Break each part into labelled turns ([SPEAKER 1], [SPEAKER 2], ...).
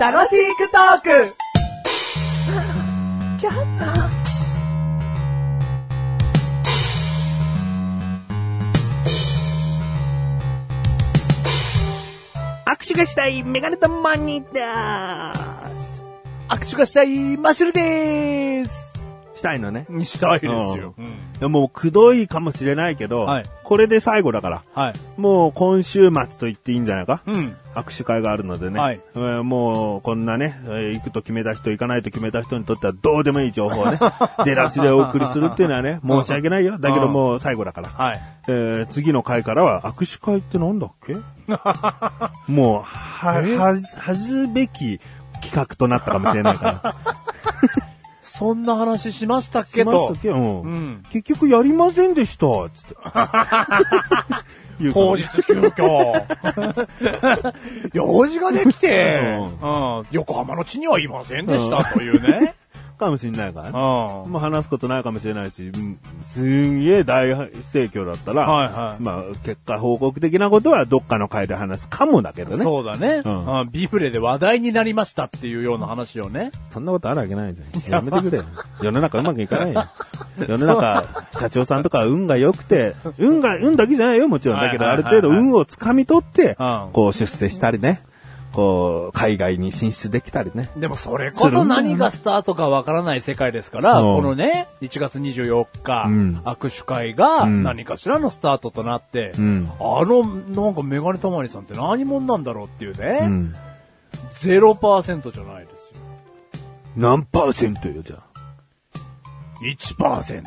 [SPEAKER 1] 楽しくトーク
[SPEAKER 2] 握手がしたいメガネとマニーでーす。握手がしたいマシュルでーす。したいのね。
[SPEAKER 3] したいです
[SPEAKER 2] よ
[SPEAKER 3] よ。
[SPEAKER 2] もうくどいかもしれないけど、
[SPEAKER 3] はい
[SPEAKER 2] これで最後だから。
[SPEAKER 3] はい。
[SPEAKER 2] もう今週末と言っていいんじゃないか、
[SPEAKER 3] うん。
[SPEAKER 2] 握手会があるのでね、
[SPEAKER 3] はい
[SPEAKER 2] えーもうこんなね、えー行くと決めた人、行かないと決めた人にとってはどうでもいい情報 をね、出だしでお送りするっていうのはね、申し訳ないよ。だけどもう最後だから。
[SPEAKER 3] はい。
[SPEAKER 2] えー次の回からは握手会ってなんだっ けもう、は、
[SPEAKER 3] え
[SPEAKER 2] は、はずべき企画となったかもしれない から。
[SPEAKER 3] そんな話しました
[SPEAKER 2] し
[SPEAKER 3] け
[SPEAKER 2] ま
[SPEAKER 3] ど
[SPEAKER 2] す、けど、うん
[SPEAKER 3] うん
[SPEAKER 2] 結局やりませんでした、つ って。言うから
[SPEAKER 3] 当日急遽、 用事ができて、
[SPEAKER 2] う
[SPEAKER 3] うん横浜の地にはいませんでしたというね。
[SPEAKER 2] かもしれないからね。
[SPEAKER 3] うん
[SPEAKER 2] もう話すことないかもしれないし、うんすんげえ大盛況だったら、
[SPEAKER 3] はいはい
[SPEAKER 2] まあ、結果報告的なことはどっかの会で話すかもだけどね。
[SPEAKER 3] そう だね、
[SPEAKER 2] うん
[SPEAKER 3] うんビフレで話題になりましたっていうような話をね。
[SPEAKER 2] そんなことあるわけないじゃん。やめてくれよ。 世の中うまくいかないよ。世の中、社長さんとかは運が良くて、運が、運だけじゃないよ、もちろん。だけど、
[SPEAKER 3] は
[SPEAKER 2] ある
[SPEAKER 3] いはいはいはい
[SPEAKER 2] 程度運をつかみ取って
[SPEAKER 3] うん、
[SPEAKER 2] こう出世したりね。こう、海外に進出できたりね。
[SPEAKER 3] でもそれこそ何がスタートかわからない世界ですから、
[SPEAKER 2] うん
[SPEAKER 3] このね、1月24日、
[SPEAKER 2] うん
[SPEAKER 3] 握手会が
[SPEAKER 2] うん
[SPEAKER 3] 何かしらのスタートとなって、
[SPEAKER 2] うん
[SPEAKER 3] あの、なんかメガネたまりさんって何者なんだろうっていうね、
[SPEAKER 2] うん。
[SPEAKER 3] 0%じゃないですよ。
[SPEAKER 2] 何パーセントよ、じゃあ。
[SPEAKER 3] 1%ですよ。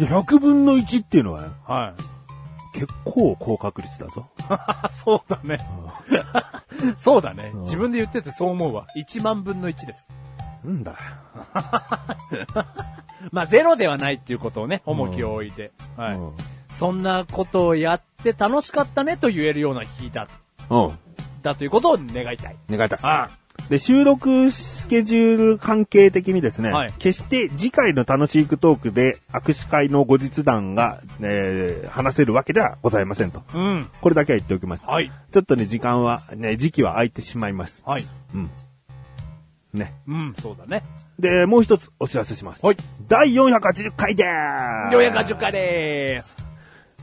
[SPEAKER 2] いや100分の1っていうのは、
[SPEAKER 3] はい。
[SPEAKER 2] 結構高確率だぞ。
[SPEAKER 3] あ、 そうだね。そうだね、
[SPEAKER 2] ん
[SPEAKER 3] 自分で言っててそう思うわ。1万分の1です。
[SPEAKER 2] なんだよ。
[SPEAKER 3] まあ、ゼロではないっていうことをね、重きを置いて。はい。
[SPEAKER 2] うん
[SPEAKER 3] そんなことをやって楽しかったねと言えるような日だ、
[SPEAKER 2] うん。
[SPEAKER 3] だということを願いたい。
[SPEAKER 2] 願いたい。
[SPEAKER 3] あ
[SPEAKER 2] で、収録スケジュール関係的にですね、
[SPEAKER 3] はい
[SPEAKER 2] 決して次回の楽しいクトークで握手会の後日談が、えー話せるわけではございませんと。
[SPEAKER 3] うん。
[SPEAKER 2] これだけは言っておきます。
[SPEAKER 3] はい。
[SPEAKER 2] ちょっとね、時間は、ね、時期は空いてしまいます。
[SPEAKER 3] はい。
[SPEAKER 2] うん。ね。
[SPEAKER 3] うん、そうだね。
[SPEAKER 2] で、もう一つお知らせします。
[SPEAKER 3] はい。
[SPEAKER 2] 第480回でーす
[SPEAKER 3] 予約が10回でーす。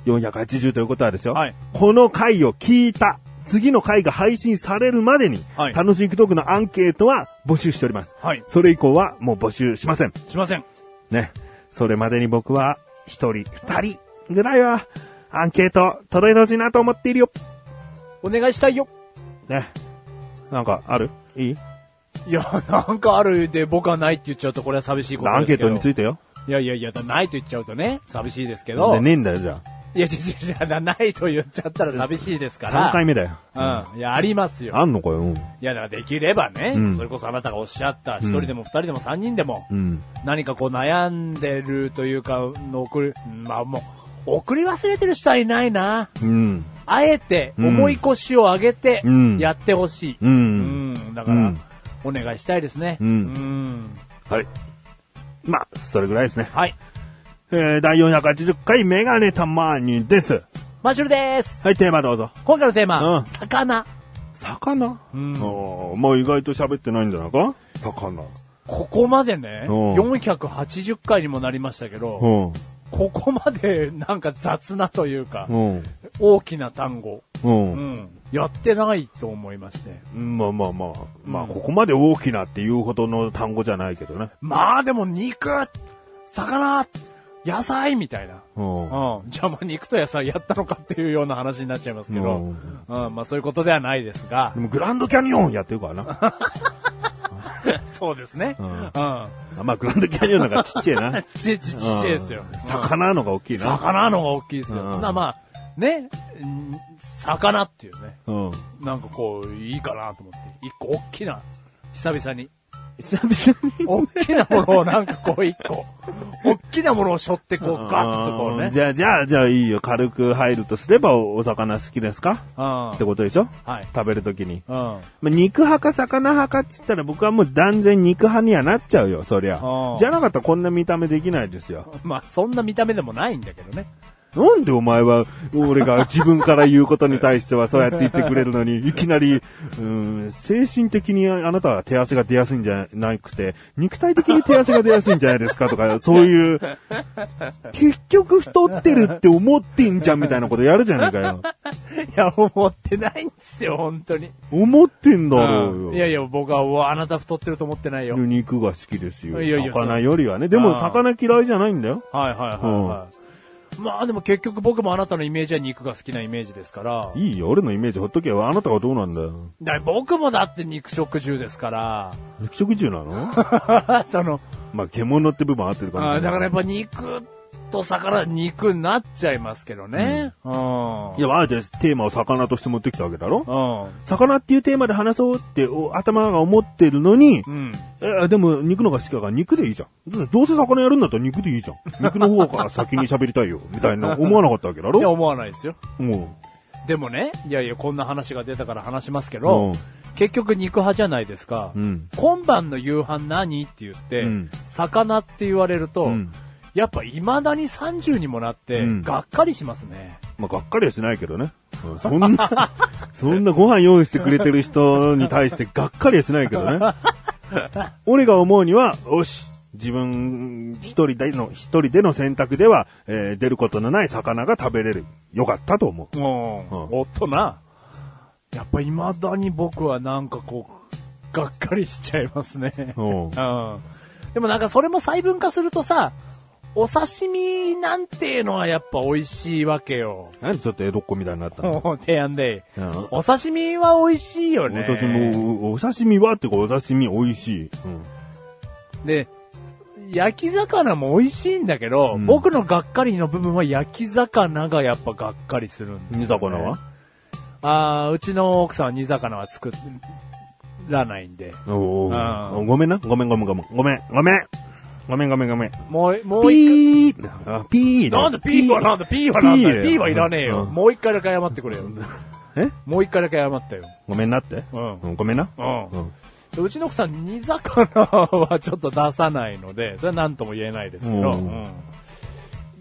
[SPEAKER 2] 480ということはですよ、
[SPEAKER 3] はい
[SPEAKER 2] この回を聞いた、次の回が配信されるまでに、
[SPEAKER 3] はい
[SPEAKER 2] 楽しいクトークのアンケートは募集しております。
[SPEAKER 3] はい
[SPEAKER 2] それ以降はもう募集しません。
[SPEAKER 3] しません。
[SPEAKER 2] ね。それまでに僕は、一人、二人ぐらいは、アンケート届いてほしいなと思っているよ。
[SPEAKER 3] お願いしたいよ。
[SPEAKER 2] ね。なんか、あるいい
[SPEAKER 3] いや、なんかあるで僕はないって言っちゃうとこれは寂しいこと
[SPEAKER 2] アン
[SPEAKER 3] で
[SPEAKER 2] ケ
[SPEAKER 3] す
[SPEAKER 2] ー
[SPEAKER 3] けど。
[SPEAKER 2] トについ
[SPEAKER 3] て。
[SPEAKER 2] てよ。
[SPEAKER 3] いやいやいや、だないと言っちゃうとね、寂しいですけ
[SPEAKER 2] で
[SPEAKER 3] ど。
[SPEAKER 2] ねえんだよ、じゃ
[SPEAKER 3] いや、違う違う違うなないと言っちゃったら寂しいです
[SPEAKER 2] あ。
[SPEAKER 3] から。
[SPEAKER 2] 3回目だよ。
[SPEAKER 3] うん。いや、ありますよ。
[SPEAKER 2] あんのかよ、うん。
[SPEAKER 3] いや、だからできればね、
[SPEAKER 2] うん
[SPEAKER 3] それこそあなたがおっしゃった、一人でも二人でも三人でも、
[SPEAKER 2] うん。
[SPEAKER 3] 何かこう悩んでるというか、の送る、まあもう、送り忘れてる人はいないな。
[SPEAKER 2] うん。
[SPEAKER 3] あえて、重い腰を上げて
[SPEAKER 2] う、ん
[SPEAKER 3] やってほしい。
[SPEAKER 2] うん
[SPEAKER 3] うんだから、
[SPEAKER 2] うん
[SPEAKER 3] お願いしたいですね。
[SPEAKER 2] うん
[SPEAKER 3] ん
[SPEAKER 2] はい。まあ、それぐらいですね。
[SPEAKER 3] はい。
[SPEAKER 2] えー、第480回メガネたまーにです。
[SPEAKER 3] マッシュルです。
[SPEAKER 2] はい、テーマどうぞ。
[SPEAKER 3] 今回のテーマ、
[SPEAKER 2] うん
[SPEAKER 3] 魚。
[SPEAKER 2] 魚
[SPEAKER 3] うん
[SPEAKER 2] おーまあ意外と喋ってないんじゃないか魚。
[SPEAKER 3] ここまでね、
[SPEAKER 2] うん
[SPEAKER 3] 480回にもなりましたけど、
[SPEAKER 2] うん。
[SPEAKER 3] ここまでなんか雑なというか、
[SPEAKER 2] うん。
[SPEAKER 3] 大きな単語、
[SPEAKER 2] うん
[SPEAKER 3] う。ん、やってないと思いまして。
[SPEAKER 2] まあまあまあ、まあ
[SPEAKER 3] うん
[SPEAKER 2] ここまで大きなっていうほどの単語じゃないけどね。
[SPEAKER 3] まあでも肉、魚、野菜みたいな。
[SPEAKER 2] うん。
[SPEAKER 3] うん。じゃあまあ肉と野菜やったのかっていうような話になっちゃいますけど。
[SPEAKER 2] う
[SPEAKER 3] うんん。まあそういうことではないですが
[SPEAKER 2] で。もグランドキャニオンやってるから な。
[SPEAKER 3] そうですね。
[SPEAKER 2] う
[SPEAKER 3] うんん。
[SPEAKER 2] あまあグランドキャニオンなんかちっ ちゃいな。
[SPEAKER 3] ちっちちっちゃいですよ。
[SPEAKER 2] うん魚のが大きい
[SPEAKER 3] うん。
[SPEAKER 2] な。
[SPEAKER 3] 魚の方が大きいですよ。
[SPEAKER 2] うん
[SPEAKER 3] なまあ、ね、うん魚っていうね、
[SPEAKER 2] うん。
[SPEAKER 3] なんかこう、いいかなと思って。一個大きな、久々に。
[SPEAKER 2] 久々に。
[SPEAKER 3] 大きなものをなんかこう一個、大きなものを背負ってこうガッとこうね。
[SPEAKER 2] じゃあ、じゃあ、じゃあいいよ。軽く入るとすればおお魚好きですか
[SPEAKER 3] うん
[SPEAKER 2] ってことでしょ
[SPEAKER 3] はい。
[SPEAKER 2] 食べるときに。
[SPEAKER 3] うん。
[SPEAKER 2] まあ、肉派か魚派かっつったら僕はもう断然肉派にはなっちゃうよ、そりゃ
[SPEAKER 3] う。ん
[SPEAKER 2] じゃなかったらこんな見た目できないですよ。
[SPEAKER 3] まあそんな見た目でもないんだけどね。
[SPEAKER 2] なんでお前は、俺が自分から言うことに対してはそうやって言ってくれるのに、いきなり、うん、精神的にあなたは手汗が出やすいんじゃなくて、肉体的に手汗が出やすいんじゃないですかとか、そういう、結局太ってるって思ってんじゃんみたいなことやるじゃねえかよ。
[SPEAKER 3] いや、思ってないんですよ、本当に。
[SPEAKER 2] 思ってんだろうよ。
[SPEAKER 3] いやいや、僕はおあなた太ってると思ってないよ。
[SPEAKER 2] 肉が好きですよ。
[SPEAKER 3] いやいや
[SPEAKER 2] 魚よりはね。でも
[SPEAKER 3] ああ
[SPEAKER 2] 魚嫌いじゃないんだよ。
[SPEAKER 3] はいはいはい、はいまあでも結局僕もあなたのイメージは肉が好きなイメージですから。
[SPEAKER 2] いいよ、俺のイメージほっとけよ。あなたがどうなんだ よ。
[SPEAKER 3] だ僕もだって肉食獣ですから。
[SPEAKER 2] 肉食獣なの
[SPEAKER 3] その、
[SPEAKER 2] まあ、獣って部分合ってるかもし
[SPEAKER 3] あ
[SPEAKER 2] れ
[SPEAKER 3] ー
[SPEAKER 2] な
[SPEAKER 3] だ
[SPEAKER 2] い
[SPEAKER 3] からやっぱ肉と魚は肉になっちゃいますけどね。うん。
[SPEAKER 2] いや、あえてテーマを魚として持ってきたわけだろ
[SPEAKER 3] うん。
[SPEAKER 2] 魚っていうテーマで話そうってお頭が思ってるのに
[SPEAKER 3] う、ん。
[SPEAKER 2] え、でも肉の方が好きだから肉でいいじゃん。どうせ魚やるんだったら肉でいいじゃん。肉の方から先に喋りたいよ、みたいな思わなかったわけだ
[SPEAKER 3] いや、
[SPEAKER 2] ろ
[SPEAKER 3] 思わないですよ。
[SPEAKER 2] も
[SPEAKER 3] でもね、いやいや、こんな話が出たから話しますけ
[SPEAKER 2] う。
[SPEAKER 3] ど、結局肉派じゃないですか。
[SPEAKER 2] うん。
[SPEAKER 3] 今晩の夕飯何って言って、
[SPEAKER 2] うん
[SPEAKER 3] 魚って言われると、
[SPEAKER 2] うん。
[SPEAKER 3] やっぱ未だに30にもなって、
[SPEAKER 2] うん
[SPEAKER 3] がっかりしますね。
[SPEAKER 2] まあ、がっかりはしないけどね。うんそんな、 そんなご飯用意してくれてる人に対してがっかりはしないけどね。俺が思うには、よし、自分一人での、一人での選択では、えー出ることのない魚が食べれる。よかったと思う。
[SPEAKER 3] も
[SPEAKER 2] う
[SPEAKER 3] う、
[SPEAKER 2] ん
[SPEAKER 3] 大人。やっぱ未だに僕はなんかこう、がっかりしちゃいますね。うん。
[SPEAKER 2] うん。
[SPEAKER 3] でもなんかそれも細分化するとさ、お刺身なんていうのはやっぱ美味しいわけよ。
[SPEAKER 2] なんでちょっと江戸っ子みたいになったの、
[SPEAKER 3] もう 提案で。
[SPEAKER 2] うん
[SPEAKER 3] お刺身は美味しいよね。
[SPEAKER 2] お刺身、おお刺身はっていうか、お刺身美味しい。うん。
[SPEAKER 3] で、焼き魚も美味しいんだけど、
[SPEAKER 2] うん
[SPEAKER 3] 僕のがっかりの部分は焼き魚がやっぱがっかりするんです
[SPEAKER 2] 煮
[SPEAKER 3] よね、
[SPEAKER 2] 魚は、
[SPEAKER 3] ああ、うちの奥さんは煮魚は作らないんで。
[SPEAKER 2] お
[SPEAKER 3] あ
[SPEAKER 2] ーごめんな。ごめんごめんごめん。ごめん、ごめん。ごめんごめんごめん。
[SPEAKER 3] もう、もう一
[SPEAKER 2] ピーあピー
[SPEAKER 3] 回。なんだ、ピーはなんだ、ピーはなんだよ。ピーはいらねえよ。
[SPEAKER 2] うん
[SPEAKER 3] もう一回だけ謝ってくれよ。
[SPEAKER 2] え
[SPEAKER 3] もう一回だけ謝ったよ。
[SPEAKER 2] ごめんなって。
[SPEAKER 3] うん
[SPEAKER 2] うん。ごめんな。
[SPEAKER 3] う
[SPEAKER 2] うん。
[SPEAKER 3] ん。うちの奥さん、煮魚はちょっと出さないので、それは何とも言えないですけど、
[SPEAKER 2] う
[SPEAKER 3] うんん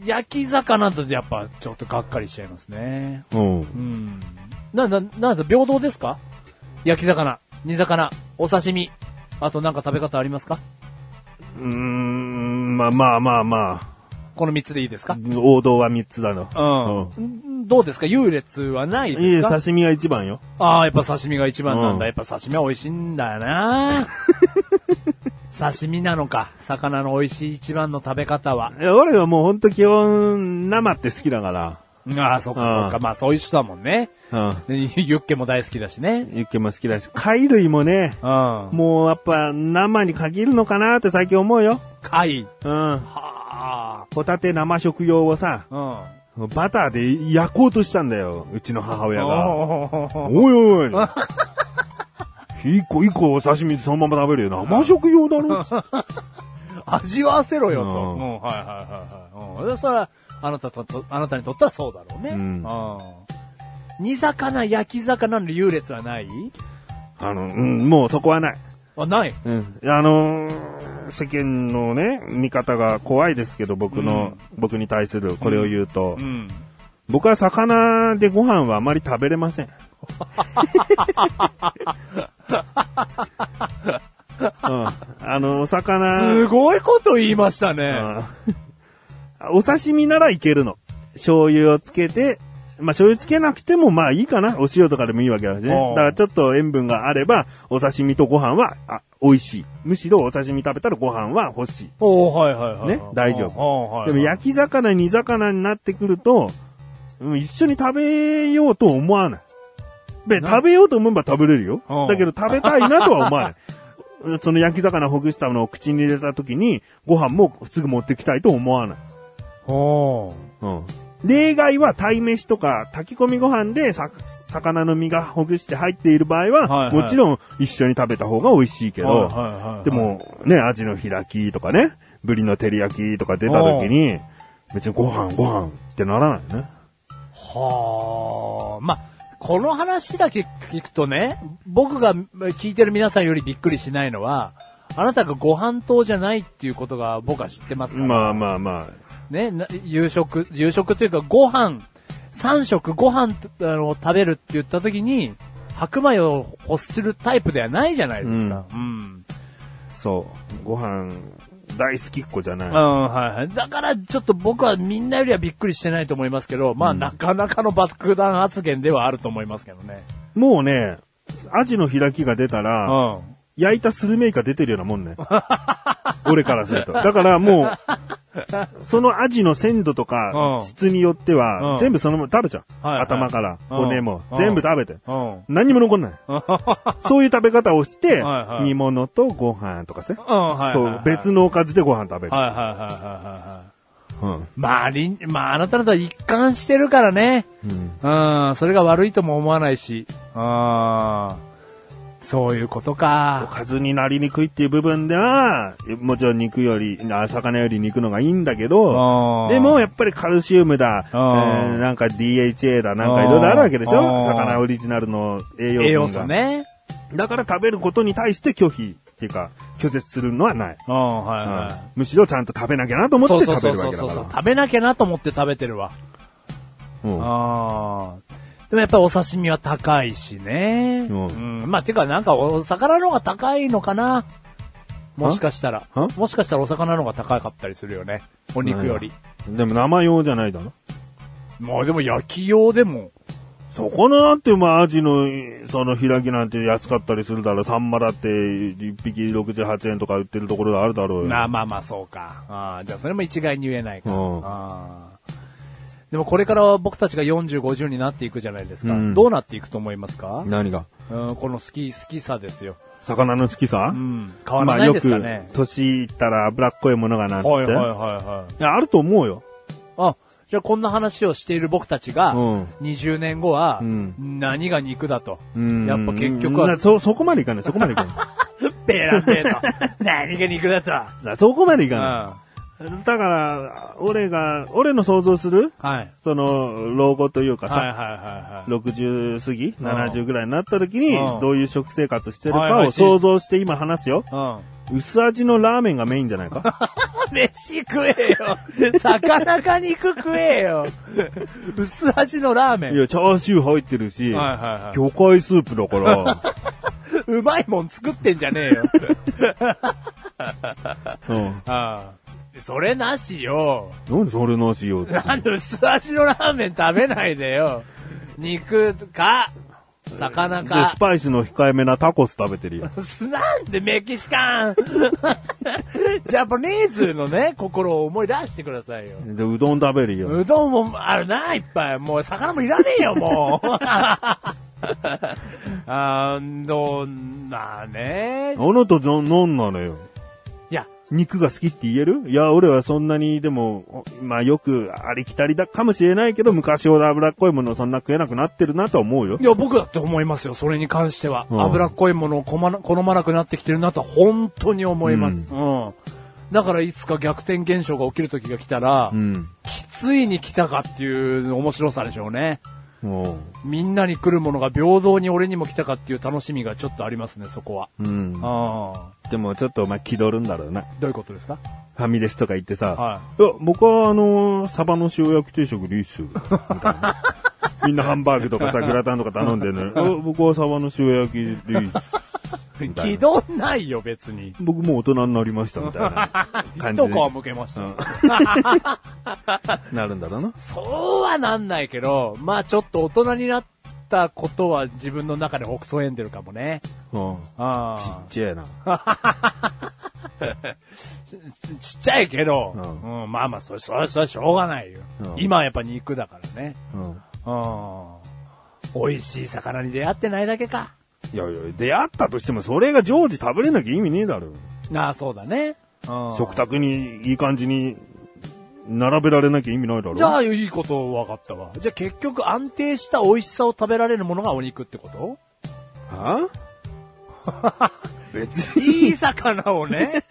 [SPEAKER 3] 焼き魚だとやっぱちょっとがっかりしちゃいますね。
[SPEAKER 2] うん。
[SPEAKER 3] うん。な、な、なんですか平等ですか焼き魚、煮魚、お刺身。あとなんか食べ方ありますか
[SPEAKER 2] うーん、まあまあまあま
[SPEAKER 3] この3つでいいです
[SPEAKER 2] あ
[SPEAKER 3] か。
[SPEAKER 2] 王道は3つだの。
[SPEAKER 3] う。
[SPEAKER 2] うん
[SPEAKER 3] どうですか優劣はない
[SPEAKER 2] い
[SPEAKER 3] で
[SPEAKER 2] い
[SPEAKER 3] すか
[SPEAKER 2] 刺身が一番よ。
[SPEAKER 3] ああ、やっぱ刺身が一番なんだ。
[SPEAKER 2] うん
[SPEAKER 3] やっぱ刺身は美味しいんだ よな刺身なのか。魚の美味しい一番の食べ方は。
[SPEAKER 2] え俺はもうほんと基本、生って好きだか
[SPEAKER 3] ああ、そっかそっ
[SPEAKER 2] う
[SPEAKER 3] か。
[SPEAKER 2] ん
[SPEAKER 3] まあそういう人だもんね。
[SPEAKER 2] ら。うん。
[SPEAKER 3] ユッケも大好きだしね。
[SPEAKER 2] ユッケも好きだし、貝類もね、
[SPEAKER 3] うん。
[SPEAKER 2] もうやっぱ生に限るのかなって最近思うよ。
[SPEAKER 3] 貝。
[SPEAKER 2] うん。
[SPEAKER 3] は
[SPEAKER 2] ホタテ生食用をさ、
[SPEAKER 3] あ。
[SPEAKER 2] バターで焼こうとしたんだよ。うちの母
[SPEAKER 3] うん。
[SPEAKER 2] 親が。
[SPEAKER 3] おー
[SPEAKER 2] おいおいおい。 一個一個お刺身でそのまま食べるよ。生食用だろっつって
[SPEAKER 3] 味わわせろよと。う
[SPEAKER 2] うん
[SPEAKER 3] ん、はいはいはいはい。うん。それは、あなたとと、あなたにとってはそうだろうね。
[SPEAKER 2] うん
[SPEAKER 3] うん煮魚、焼き魚の優劣はない
[SPEAKER 2] あの、うん、もうそこはない。
[SPEAKER 3] あ、ない。
[SPEAKER 2] うん。あのー世間のね、見方が怖いですけど、僕の、僕に対するこれを言うと、
[SPEAKER 3] うん。
[SPEAKER 2] 僕は魚でご飯はあまり食べれませ ん。うん、あの、お
[SPEAKER 3] す
[SPEAKER 2] 魚、
[SPEAKER 3] ごいこと言いました
[SPEAKER 2] う
[SPEAKER 3] ね。
[SPEAKER 2] んお刺身ならいけるの。醤油をつけて、まあ、醤油つけなくてもまあいいかな。お塩とかでもいいわけだしね。だ
[SPEAKER 3] おう
[SPEAKER 2] からちょっと塩分があれば、お刺身とご飯は、あ、美味しい。むしろお刺身食べたらご飯は欲しい。
[SPEAKER 3] おーはいはいはい。
[SPEAKER 2] ね大丈夫
[SPEAKER 3] 夫。はいはい。
[SPEAKER 2] でも焼き魚、煮魚になってくると、うん一緒に食べようと思わない。で、
[SPEAKER 3] な
[SPEAKER 2] 食べようと思えば食べれるよ
[SPEAKER 3] うん。
[SPEAKER 2] だけど食べたいなとは思わない。 うんその焼き魚ほぐしたのを口に入れた時に、ご飯もすぐ持ってきたいと思わない。
[SPEAKER 3] おー
[SPEAKER 2] うん。例外は鯛飯とか炊き込みご飯でさ魚の身がほぐして入っている場合は、
[SPEAKER 3] はいはい
[SPEAKER 2] もちろん一緒に食べた方が美味しいけど、
[SPEAKER 3] はいはいはいはい
[SPEAKER 2] で、も、ね、アジの開きとかね、ブリの照り焼きとか出た時に、別にご飯ご飯ってならないね。
[SPEAKER 3] はあ。まあ、この話だけ聞くとね、僕が聞いてる皆さんよりびっくりしないのは、あなたがご飯党じゃないっていうことが僕は知ってますから。
[SPEAKER 2] まあまあまあ。
[SPEAKER 3] ね、な夕食、夕食というかご飯、3食ご飯あの食べるって言った時に、白米を欲するタイプではないじゃないですか。うん。
[SPEAKER 2] そう。ご飯、大好きっ子じゃない。
[SPEAKER 3] うん、はいはい。だから、ちょっと僕はみんなよりはびっくりしてないと思いますけど、まあ、なかなかの爆弾発言ではあると思いますけどね。
[SPEAKER 2] もうね、アジの開きが出たら、
[SPEAKER 3] うん。
[SPEAKER 2] 焼いたスルメイカ出てるようなもんね。俺からすると。だからもう、そのアジの鮮度とか
[SPEAKER 3] うん
[SPEAKER 2] 質によっては、
[SPEAKER 3] うん
[SPEAKER 2] 全部そのまま食べちゃう。
[SPEAKER 3] はいはい
[SPEAKER 2] 頭から、
[SPEAKER 3] うん
[SPEAKER 2] 骨も、
[SPEAKER 3] うん
[SPEAKER 2] 全部食べて。
[SPEAKER 3] うん。
[SPEAKER 2] 何にも残んない。そういう食べ方をして、
[SPEAKER 3] はいはい
[SPEAKER 2] 煮物とご飯とかさ、
[SPEAKER 3] うん、はいはい、はい。
[SPEAKER 2] そう、別のおかずでご飯食べる。
[SPEAKER 3] はいはいはいはいはいはい。
[SPEAKER 2] うん
[SPEAKER 3] まあ、りん、まあ、あなた方は一貫してるからね。
[SPEAKER 2] うん
[SPEAKER 3] うん、それが悪いとも思わないし。あん、そういうこと
[SPEAKER 2] お
[SPEAKER 3] か。
[SPEAKER 2] かずになりにくいっていう部分では、もちろん肉より、あ魚より肉のがいいんだけど、
[SPEAKER 3] うん
[SPEAKER 2] でも、やっぱりカルシウムだ、え
[SPEAKER 3] うん
[SPEAKER 2] ーなんか DHA だ、なんかいろいろあるわけでしょ
[SPEAKER 3] うん
[SPEAKER 2] 魚オリジナルの栄養分が。
[SPEAKER 3] 栄養素。ね。
[SPEAKER 2] だから食べることに対して拒否っていうか、拒絶するのはない。
[SPEAKER 3] うん、はい
[SPEAKER 2] うん
[SPEAKER 3] は
[SPEAKER 2] むしろちゃんと食べなきゃなと思
[SPEAKER 3] い。
[SPEAKER 2] っ
[SPEAKER 3] そう
[SPEAKER 2] て
[SPEAKER 3] そう
[SPEAKER 2] 食べ
[SPEAKER 3] そ
[SPEAKER 2] るわ
[SPEAKER 3] うそ
[SPEAKER 2] け
[SPEAKER 3] う
[SPEAKER 2] だ
[SPEAKER 3] そう
[SPEAKER 2] か
[SPEAKER 3] そう。
[SPEAKER 2] ら。
[SPEAKER 3] 食べなきゃなと思って食べてるわ。
[SPEAKER 2] うん
[SPEAKER 3] ああ。でもやっぱお刺身は高いしね。
[SPEAKER 2] うん
[SPEAKER 3] んまあ、てかなんかお魚の方が高いのかな。もしかしたら
[SPEAKER 2] は。
[SPEAKER 3] もしかしたらお魚の方が高かったりするよね。お肉より。
[SPEAKER 2] でも生用じゃないだろ。
[SPEAKER 3] まあでも焼き用でも。
[SPEAKER 2] そこのなんて、まあ、アジの、その、開きなんて安かったりするだろう。サンマだって、1匹68円とか売ってるところがあるだろうよ。
[SPEAKER 3] まあまあまあ、そうか。ああじゃあそれも一概に言えないか。
[SPEAKER 2] うん
[SPEAKER 3] ああでもこれから僕たちが40、50になっていくじゃないですか。
[SPEAKER 2] うん
[SPEAKER 3] どうなっていくと思いますか、
[SPEAKER 2] 何が
[SPEAKER 3] うん、この好き、好きさですよ。
[SPEAKER 2] 魚の好きさ、
[SPEAKER 3] うん。変わらないですか
[SPEAKER 2] まあよ
[SPEAKER 3] ね
[SPEAKER 2] く、。年いったら脂っこいものがなんつって。
[SPEAKER 3] はいはいはいはい。
[SPEAKER 2] いや、あると思うよ。
[SPEAKER 3] あ、じゃあこんな話をしている僕たちが、
[SPEAKER 2] うん
[SPEAKER 3] 20年後は
[SPEAKER 2] う、ん
[SPEAKER 3] 何が肉だと。
[SPEAKER 2] うん。
[SPEAKER 3] やっぱ結局は
[SPEAKER 2] なそ、そこまでいかない、そこまでいかな
[SPEAKER 3] ペラペラと。何が肉だと。
[SPEAKER 2] い な。そこまでいうか
[SPEAKER 3] ん。
[SPEAKER 2] な。
[SPEAKER 3] はい
[SPEAKER 2] だから、俺が、俺の想像する、
[SPEAKER 3] い。はい
[SPEAKER 2] その、老後というかさ、
[SPEAKER 3] はいはいはい。
[SPEAKER 2] 60過ぎ、70ぐらいになった時に
[SPEAKER 3] うん、
[SPEAKER 2] どういう食生活してる
[SPEAKER 3] はい
[SPEAKER 2] か
[SPEAKER 3] は
[SPEAKER 2] を
[SPEAKER 3] い
[SPEAKER 2] 想像して今話すよ。
[SPEAKER 3] うん。
[SPEAKER 2] 薄味のラーメンがメインじゃないか
[SPEAKER 3] 飯食えよ。魚か肉食えよ。薄味のラーメ
[SPEAKER 2] い
[SPEAKER 3] ン。
[SPEAKER 2] や、チャーシュー入ってるし、
[SPEAKER 3] はいはいはい
[SPEAKER 2] 魚介スープだから、
[SPEAKER 3] うまいもん作ってんじゃねえよ。
[SPEAKER 2] うん。
[SPEAKER 3] ああそれなしよ。
[SPEAKER 2] なんでそれなしよって。
[SPEAKER 3] なんで薄味のラーメン食べないでよ。肉か、魚
[SPEAKER 2] で、
[SPEAKER 3] か
[SPEAKER 2] ス。パイスの控えめなタコス食べてるよ。
[SPEAKER 3] なんでメキシカン ジャパニーズのね、心を思い出してくださいよ。
[SPEAKER 2] で、うどん食べるよ。
[SPEAKER 3] うどんもあるな、いっぱい。もう魚もいらねえよ、もう。あーどんなね。
[SPEAKER 2] あなたな、なんなのよ。
[SPEAKER 3] いや、
[SPEAKER 2] 肉が好きって言えるいや、俺はそんなに、でも、おまあよくありきたりだかもしれないけど、昔ほど脂っこいものをそんな食えなくなってるなとは思うよ
[SPEAKER 3] い。や、僕だって思いますよ、それに関しては。
[SPEAKER 2] うん
[SPEAKER 3] 脂っこいものを好まな好まなくなってきてるなとは本当に思います。うん。だからいつか逆転現象が起きる時が来たら、
[SPEAKER 2] うん。
[SPEAKER 3] きついに来たかっていう面白さでしょうね。
[SPEAKER 2] も
[SPEAKER 3] みんなに来るものが平等に俺にも来たかっていう楽しみがちょっとありますね、そこは。
[SPEAKER 2] う。うん。
[SPEAKER 3] ああ。
[SPEAKER 2] でもちょっとお前気取るんだろうな。
[SPEAKER 3] どういうことですか
[SPEAKER 2] ファミレスとか行ってさ、、
[SPEAKER 3] はい
[SPEAKER 2] や、僕はあのーサバの塩焼き定食でいいっすよ。みたい な。みんなハンバーグとかさ、グラタンとか頼んでるのに、あ僕はサバの塩焼きでいいっす。みたいな
[SPEAKER 3] 気取んないよ、別に。
[SPEAKER 2] 僕もう大人になりましたみたいな感じ
[SPEAKER 3] 一皮
[SPEAKER 2] に
[SPEAKER 3] 向けました。
[SPEAKER 2] なるんだろうな。
[SPEAKER 3] そうはなんないけど、まあちょっと大人になったことは自分の中で北総エンデルかもね。
[SPEAKER 2] うん。
[SPEAKER 3] あ
[SPEAKER 2] ちっちゃいな。
[SPEAKER 3] あちっ ちゃいけど、
[SPEAKER 2] う
[SPEAKER 3] うん、まあまあ、それ、それ、それはしょうがないよ。
[SPEAKER 2] うん
[SPEAKER 3] 今はやっぱ肉だからね。
[SPEAKER 2] うん。
[SPEAKER 3] うん。美味しい魚に出会ってないだけか。
[SPEAKER 2] いやいや、出会ったとしてもそれが常時食べれなきゃ意味ねえだろ。
[SPEAKER 3] ああ、そうだね。うん
[SPEAKER 2] 食卓にいい感じに並べられなきゃ意味ないだろ。
[SPEAKER 3] じゃあ、いいこと分かったわ。じゃあ結局安定した美味しさを食べられるものがお肉ってこと
[SPEAKER 2] は別に。
[SPEAKER 3] いい魚を ね、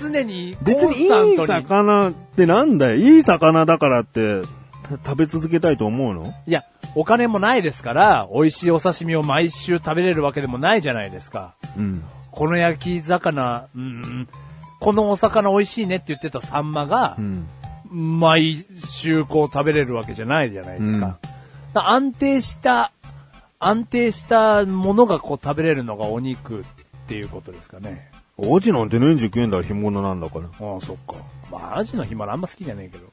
[SPEAKER 3] 常にコ
[SPEAKER 2] 別
[SPEAKER 3] ン
[SPEAKER 2] に
[SPEAKER 3] スタ
[SPEAKER 2] い
[SPEAKER 3] ン
[SPEAKER 2] い
[SPEAKER 3] トに。
[SPEAKER 2] 魚ってなんだよ。いい魚だからってた食べ続けたいと思うの
[SPEAKER 3] いや、お金もないですから、美味しいお刺身を毎週食べれるわけでもないじゃないですか。
[SPEAKER 2] うん。
[SPEAKER 3] この焼き魚、うんうん、このお魚美味しいねって言ってたサンマが、
[SPEAKER 2] うん。
[SPEAKER 3] 毎週こう食べれるわけじゃないじゃないですか。
[SPEAKER 2] うん
[SPEAKER 3] だから安定した、安定したものがこう食べれるのがお肉っていうことですかね。
[SPEAKER 2] アジなんて49円だから干物なんだから。
[SPEAKER 3] ああ、そっか。まあ、アジの暇あんま好きじゃねえけど。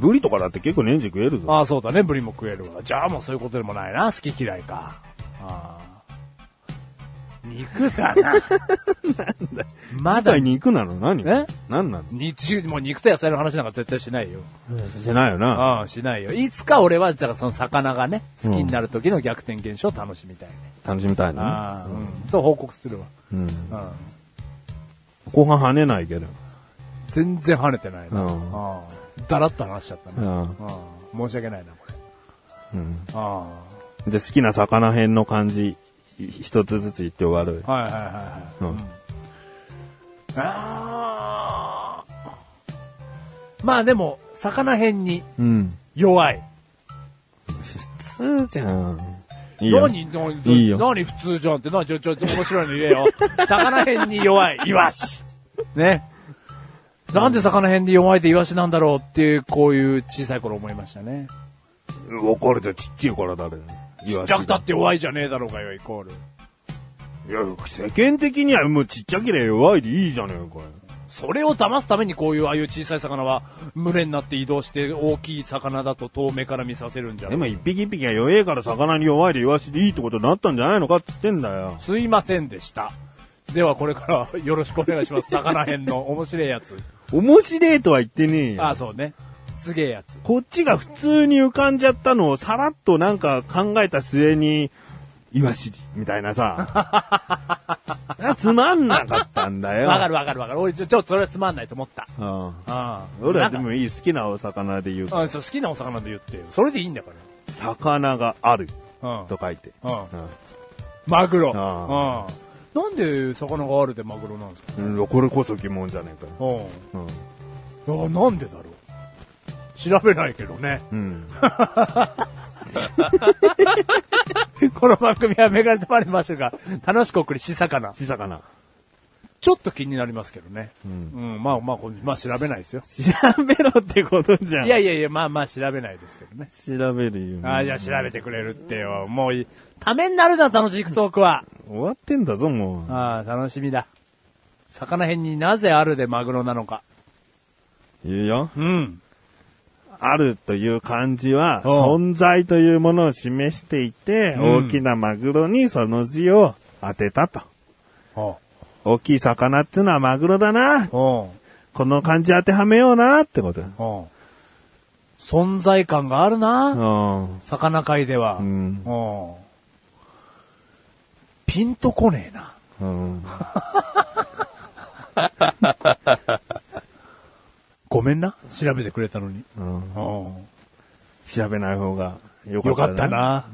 [SPEAKER 2] ブリとかだって結構年中食えるぞ。
[SPEAKER 3] ああ、そうだね。ブリも食えるわ。じゃあもうそういうことでもないな。好き嫌いか。ああ。肉だ な。まだ
[SPEAKER 2] 世界、に行くなの何
[SPEAKER 3] え
[SPEAKER 2] 何なの
[SPEAKER 3] 日、もう肉と野菜の話なんか絶対しないよ。
[SPEAKER 2] させないよな。
[SPEAKER 3] うん、しないよ。いつか俺は、だからその魚がね、好きになる時の逆転現象を楽しみたいね。
[SPEAKER 2] 楽しみたいな。
[SPEAKER 3] ああ、うん。そう報告するわ。
[SPEAKER 2] うん。
[SPEAKER 3] うん。
[SPEAKER 2] 後半跳ねないけど。
[SPEAKER 3] 全然跳ねてないな。
[SPEAKER 2] う
[SPEAKER 3] うん。だらっと話しちゃった
[SPEAKER 2] う
[SPEAKER 3] な。
[SPEAKER 2] ん。
[SPEAKER 3] うん。申し訳ないな、これ。
[SPEAKER 2] うん。
[SPEAKER 3] あ
[SPEAKER 2] じゃあ好きな魚編の感じ、い一つずつ言って終わる。
[SPEAKER 3] あ。はいはいはいは
[SPEAKER 2] う
[SPEAKER 3] い。
[SPEAKER 2] ん。
[SPEAKER 3] あーまあでも、魚編に
[SPEAKER 2] うん。
[SPEAKER 3] 弱い。
[SPEAKER 2] 普通じゃん。いいよ。
[SPEAKER 3] 何、何、
[SPEAKER 2] いいよ
[SPEAKER 3] 何普通じゃんって、何、ちょ、ちょ、面白いの言えよ。 魚編に弱い、イワシ。ね。なんで魚編で弱いでイワシなんだろうっていう、こういう小さい頃思いましたね。
[SPEAKER 2] 怒るとちっちゃいからだろ。ち
[SPEAKER 3] ちっちゃくたって弱いじゃねえだろうがよ、イコール。
[SPEAKER 2] いや、世間的にはもうちっちゃければ弱いでいいじゃねえかよ。
[SPEAKER 3] それを騙すためにこういう、ああいう小さい魚は、群れになって移動して大きい魚だと遠目から見させるんじゃ
[SPEAKER 2] で
[SPEAKER 3] ろう
[SPEAKER 2] も一匹一匹が弱えから魚に弱いでイワシでいいってことになったんじゃないのかって言ってんだよ。
[SPEAKER 3] すいませんでした。ではこれからはよろしくお願いします。魚編の面白いやつ。
[SPEAKER 2] 面白えとは言ってねえよ。
[SPEAKER 3] ああ、そうね。すげえやつ。
[SPEAKER 2] こっちが普通に浮かんじゃったのをさらっとなんか考えた末に、イワシみたいなさ。 つまんなかったんだよ。
[SPEAKER 3] わか
[SPEAKER 2] る。
[SPEAKER 3] るわかるわかる。俺、ちょ、ちょ、それはつまんないと思った。
[SPEAKER 2] うん。
[SPEAKER 3] ああ。
[SPEAKER 2] 俺はで
[SPEAKER 3] なんか
[SPEAKER 2] もいい好きなお魚で言う。
[SPEAKER 3] うん、そう、好きなお魚で言ってよ。それでいいんだか
[SPEAKER 2] 魚がある
[SPEAKER 3] ら。うん。
[SPEAKER 2] と書いて。
[SPEAKER 3] うん。
[SPEAKER 2] うん
[SPEAKER 3] マグロ。
[SPEAKER 2] あ
[SPEAKER 3] うん。なんで魚があるでマグロなんですか
[SPEAKER 2] うん。これこそ疑問じゃねえかよ。
[SPEAKER 3] う
[SPEAKER 2] うん。
[SPEAKER 3] ん。あ、なんでだろう。調べないけどね。
[SPEAKER 2] うん。
[SPEAKER 3] この番組はメガネとマネマシュが楽しく送り、し魚。
[SPEAKER 2] 小魚。
[SPEAKER 3] ちょっと気になりますけどね。うんん。まあまあ、こうまあ調べないですよ。
[SPEAKER 2] 調べろってことじゃん。
[SPEAKER 3] いやいやいや、まあまあ調べないですけどね。
[SPEAKER 2] 調べるよ。
[SPEAKER 3] ああ、じゃあ調べてくれるってよ。もういい。ためになるな、楽しいクトークは。
[SPEAKER 2] 終わってんだぞ、もう。
[SPEAKER 3] ああ、楽しみだ。魚編になぜあるでマグロなのか。
[SPEAKER 2] 言うよ。
[SPEAKER 3] うん。
[SPEAKER 2] あるという漢字は、
[SPEAKER 3] うん
[SPEAKER 2] 存在というものを示していて、
[SPEAKER 3] うん
[SPEAKER 2] 大きなマグロにその字を当てたと。
[SPEAKER 3] お
[SPEAKER 2] 大きい魚ってのはマグロだな。
[SPEAKER 3] お
[SPEAKER 2] この漢字当てはめようなってこと。
[SPEAKER 3] お存在感があるな、
[SPEAKER 2] うん。
[SPEAKER 3] 魚界では。
[SPEAKER 2] うん
[SPEAKER 3] おうピンとこねえな。
[SPEAKER 2] うん。
[SPEAKER 3] ごめんな。調べてくれたのに。
[SPEAKER 2] うん
[SPEAKER 3] おう
[SPEAKER 2] 調べない方がよか
[SPEAKER 3] よ
[SPEAKER 2] ったな。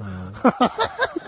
[SPEAKER 3] かったな。